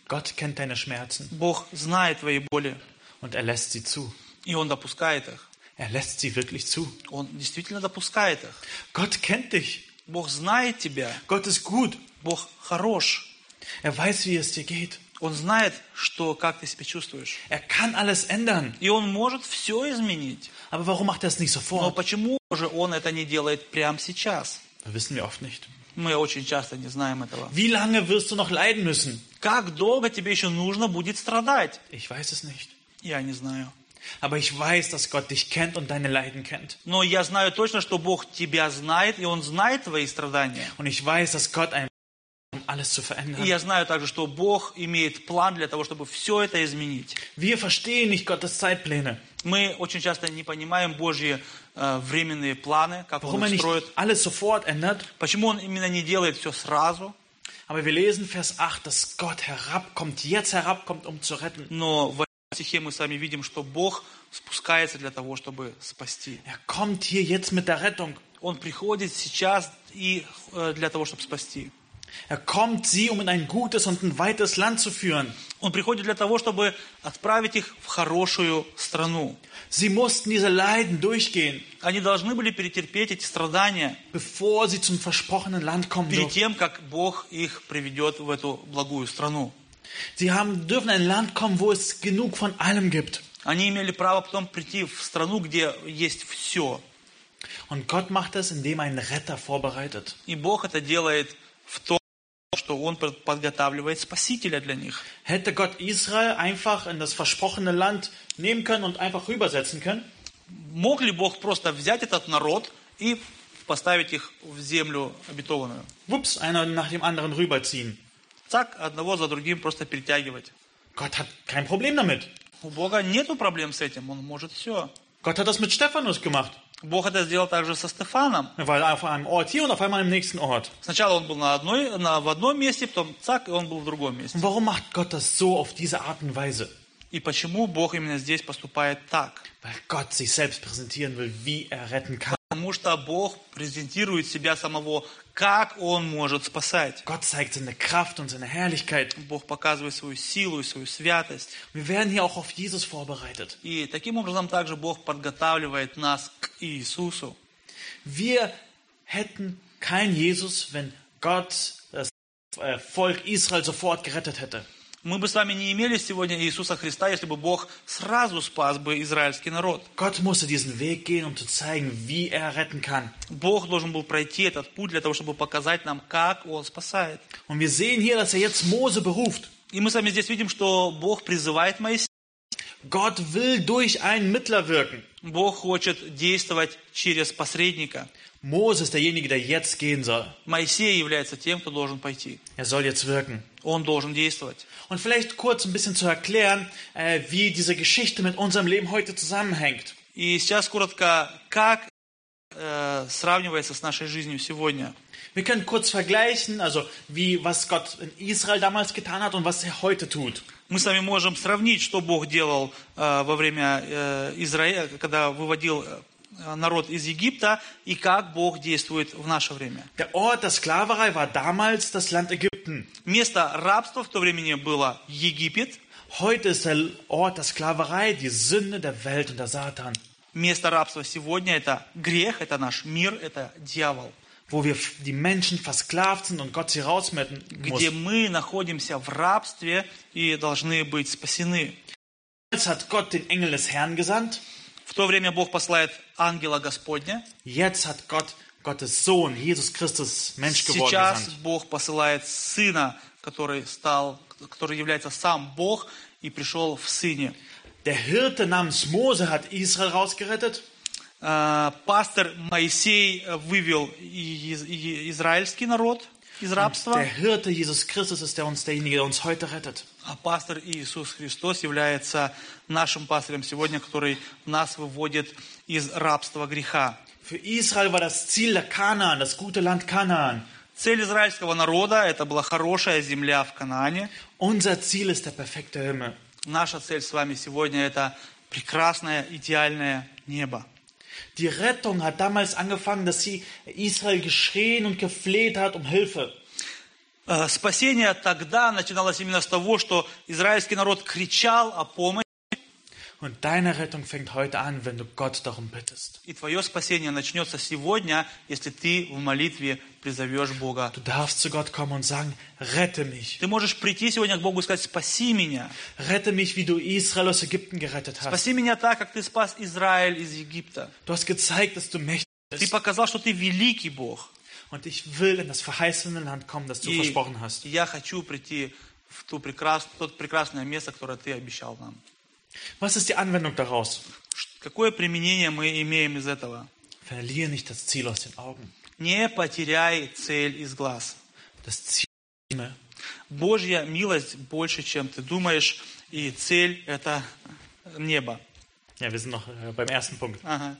Gott kennt deine Schmerzen Бог знает твои боли, und er lässt sie zu. и Он допускает их. Er lässt sie wirklich zu. Он действительно допускает их. Gott kennt dich. Бог знает тебя. Gott ist gut. Бог хорош. Er weiß, wie es dir geht. Он знает, что, как ты себя чувствуешь. Er kann alles ändern. И Он может все изменить. Aber warum macht er es nicht Но sofort? почему же Он это не делает прямо сейчас? Das wissen wir oft nicht. Мы очень часто не знаем этого. Wie lange wirst du noch leiden müssen? Как долго тебе еще нужно будет страдать? Ich weiß es nicht. Я не знаю. Aber ich weiß, dass Gott dich kennt und deine Leiden kennt. Но я знаю точно, что Бог тебя знает, и Он знает твои страдания. Und ich weiß, dass Gott ein um alles zu И verändern. я знаю также, что Бог имеет план для того, чтобы все это изменить. Wir verstehen nicht Gottes Zeitpläne. Мы очень часто не понимаем Божьи э, временные планы, как Warum Он er их nicht строит. alles sofort ändert. Почему Он именно не делает все сразу? Aber wir lesen Vers 8, dass Gott herabkommt, jetzt herabkommt, um zu retten. Но в стихе мы с вами видим, что Бог спускается для того, чтобы спасти. Er kommt hier jetzt mit der Rettung. Он приходит сейчас и э, для того, чтобы спасти. Er kommt sie, um in ein gutes und ein weites Land zu führen. Он приходит для того, чтобы отправить их в хорошую страну. Sie mussten diese Leiden durchgehen, Они должны были перетерпеть эти страдания bevor sie zum versprochenen Land kommen перед durften. тем, как Бог их приведет в эту благую страну. Sie haben, dürfen in ein Land kommen, wo es genug von allem gibt. Они имели право потом прийти в страну, где есть все. Und Gott macht das, indem er einen Retter vorbereitet. И Бог это делает в том, что Он под- подготавливает Спасителя для них. Hätte Gott Israel einfach in das versprochene Land nehmen können und einfach rübersetzen können? Мог ли Бог просто взять этот народ и поставить их в землю обетованную? Wups, einer nach dem anderen rüberziehen. Так, одного за другим просто перетягивать. Gott hat kein Problem damit. У Бога нету проблем с этим, Он может все. Gott hat das mit Stephanus gemacht. Bог это сделал также со Стефаном. Er war auf einem Ort hier und auf einmal im nächsten Ort. Сначала он был на одной, на, в одном месте, потом цак, и он был в другом месте. Und warum macht Gott das so auf diese Art und Weise? И почему Бог именно здесь поступает так? Weil Gott sich selbst präsentieren will, wie er retten kann. Потому что Бог презентирует себя самого, как Он может спасать. Gott zeigt seine Kraft und seine Herrlichkeit. Бог показывает свою силу и свою святость. Wir werden hier auch auf Jesus vorbereitet. И таким образом также Бог подготавливает нас к Иисусу. Wir hätten kein Jesus, wenn Gott das äh, Volk Israel sofort gerettet hätte. Мы бы с вами не имели сегодня Иисуса Христа, если бы Бог сразу спас бы израильский народ. Gott musste diesen Weg gehen, um zu zeigen, wie er retten kann. Бог должен был пройти этот путь для того, чтобы показать нам, как Он спасает. Und wir sehen hier, dass er jetzt Mose beruft. И мы с вами здесь видим, что Бог призывает Моисея, Gott will durch einen Mittler wirken. Бог хочет действовать через посредника. Mose ist derjenige, der jetzt gehen soll. Моисей является тем, кто должен пойти. Er soll jetzt wirken. Он должен действовать. Und vielleicht kurz ein bisschen zu erklären, äh, wie diese Geschichte mit unserem Leben heute zusammenhängt. И сейчас коротко, как э, сравнивается с нашей жизнью сегодня. Wir können kurz vergleichen, also wie was Gott in Israel damals getan hat und was er heute tut. Мы с вами можем сравнить, что Бог делал э, во время э, Израиля, когда выводил э, народ из Египта, и как Бог действует в наше время. Der Ort der Sklaverei war damals das Land Ägypten. Место рабства в то времени было Египет, Heute ist der Ort der Sklaverei die Sünde der Welt und der Satan, место рабства сегодня это грех, это наш мир, это дьявол, wo wir f- die Menschen versklavt sind und Gott sie rausmetten muss. где мы находимся в рабстве и должны быть спасены. Damals hat Gott den Engel des Herrn gesandt. В то время Бог посылает ангела Господня. Jetzt hat Gott Gottes Sohn, Jesus Christus, Mensch geworden Сейчас gesandt. Бог посылает Сына, который стал, который является сам Бог и пришел в Сыне. Der Hirte namens Mose hat Israel rausgerettet. Э, Пастор Моисей э, вывел и- из- и- израильский народ из рабства, Der Hirte Jesus Christus ist der uns derjenige, der uns heute rettet. а пастор Иисус Христос является нашим пастырем сегодня, который нас выводит из рабства греха. Für Israel war das Ziel der Kanaan, das gute Land Kanaan. Цель израильского народа – это была хорошая земля в Канаане. Unser Ziel ist der perfekte Himmel. Наша цель с вами сегодня – это прекрасное, идеальное небо. Die Rettung hat damals angefangen, dass sie Israel geschrien und gefleht hat um Hilfe. Э, Спасение тогда начиналось именно с того, что израильский народ кричал о помощи, Und deine Rettung fängt heute an, wenn du Gott darum bittest. и твое спасение начнется сегодня, если ты в молитве призовешь Бога. Du darfst zu Gott kommen und sagen, rette mich. Ты можешь прийти сегодня к Богу и сказать, спаси меня. Rette mich, wie du Israel aus Ägypten gerettet hast. Спаси меня так, как ты спас Израиль из Египта. Du hast gezeigt, dass du mächtig Ты bist. показал, что ты великий Бог. Und ich will in das verheißene Land kommen, das du И versprochen hast. я хочу прийти в ту прекрас... тот прекрасное место, которое ты обещал нам. Was ist die Anwendung daraus? Ш- Какое применение мы имеем из этого? Verliere nicht das Ziel aus den Augen. Не потеряй цель из глаз. Das Ziel ist der Himmel. Божья милость больше, чем ты думаешь, и цель – это небо. Ja, wir sind noch äh, beim ersten Punkt. Ага.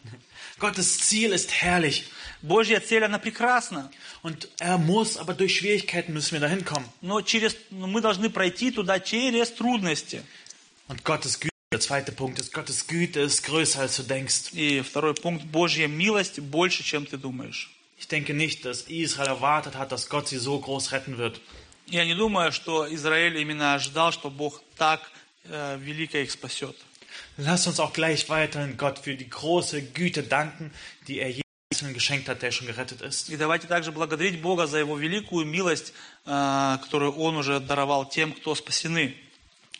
Gottes Ziel ist herrlich. Божья цель, она прекрасна, Und er muss, aber durch Schwierigkeiten müssen wir dahin kommen. но через, но мы должны пройти туда через трудности. Und Gottes Güte, der zweite Punkt ist, Gottes Güte ist größer, als du denkst. И второй пунkt – Божья милость больше, чем ты думаешь. Ich denke nicht, dass Israel erwartet hat, dass Gott sie so groß retten wird. Я не думаю, что Израиль именно ждал, что Бог так э, велико их спасет. Lass uns auch gleich weiterhin Gott für die große Güte danken, die er jedem Einzelnen geschenkt hat, der schon gerettet ist. И давайте также благодарить Бога за Его великую милость, э, которую Он уже даровал тем, кто спасены.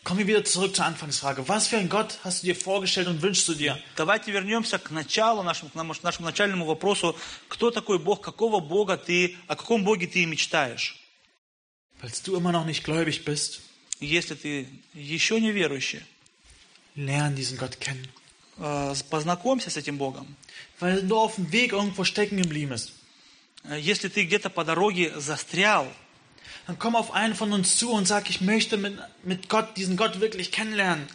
Kommen wir wieder zurück zur Anfangsfrage. Was für ein Gott hast du dir vorgestellt und wünschst du dir? Давайте вернемся к началу нашему, к нам- нашему начальному вопросу. Кто такой Бог? Какого Бога ты, о каком Боге ты мечтаешь? Falls du immer noch nicht gläubig bist, Если ты еще не верующий, lern diesen Gott kennen. э, познакомься с этим Богом. Weil du auf dem Weg irgendwo stecken geblieben bist. Э, Если ты где-то по дороге застрял, Dann komm auf einen von uns zu und sag, ich möchte mit, mit Gott, diesen Gott wirklich kennenlernen.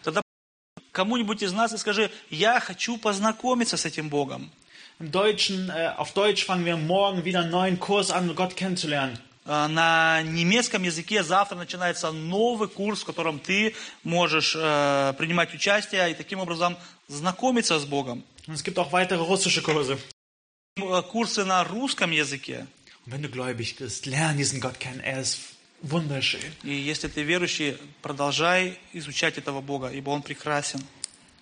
кому-нибудь из нас и скажи, я хочу познакомиться с этим Богом. Im Deutschen, äh, auf Deutsch fangen wir morgen wieder einen neuen Kurs an, um Gott kennenzulernen. Э, На немецком языке завтра начинается новый курс, в котором ты можешь э, принимать участие и таким образом знакомиться с Богом. Und es gibt auch weitere russische Kurse. Э, Курсы на русском языке. Und wenn du gläubig bist, lern diesen Gott kennen. Er ist wunderschön. И если ты верующий, продолжай изучать этого Бога, ибо Он прекрасен.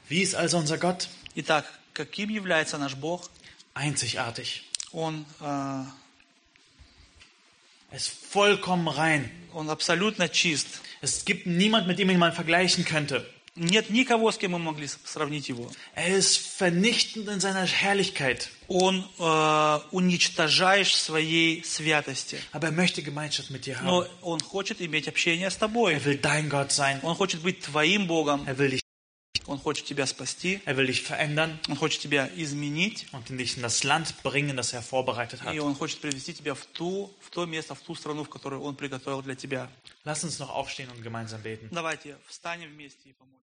Wie ist also unser Gott? Итак, каким является наш Бог? э, Einzigartig. Он э, Er ist vollkommen rein. Он абсолютно чист. Es gibt niemand, mit dem ihn man vergleichen könnte. Нет никого, с кем мы могли с- сравнить его. Er ist vernichtend in seiner Herrlichkeit, Он э, уничтожаешь в своей святости. aber er möchte Gemeinschaft mit dir Но haben. он хочет иметь общение с тобой. Er will dein Gott sein. Он хочет быть твоим Богом. Er will dich, Он хочет тебя спасти. er will dich verändern Он хочет тебя изменить. und dich in das Land bringen, das er vorbereitet hat. И он хочет привести тебя в, ту, в то место, в ту страну, в которую он приготовил для тебя. Lass uns noch aufstehen und gemeinsam beten. Давайте встанем вместе и поможем.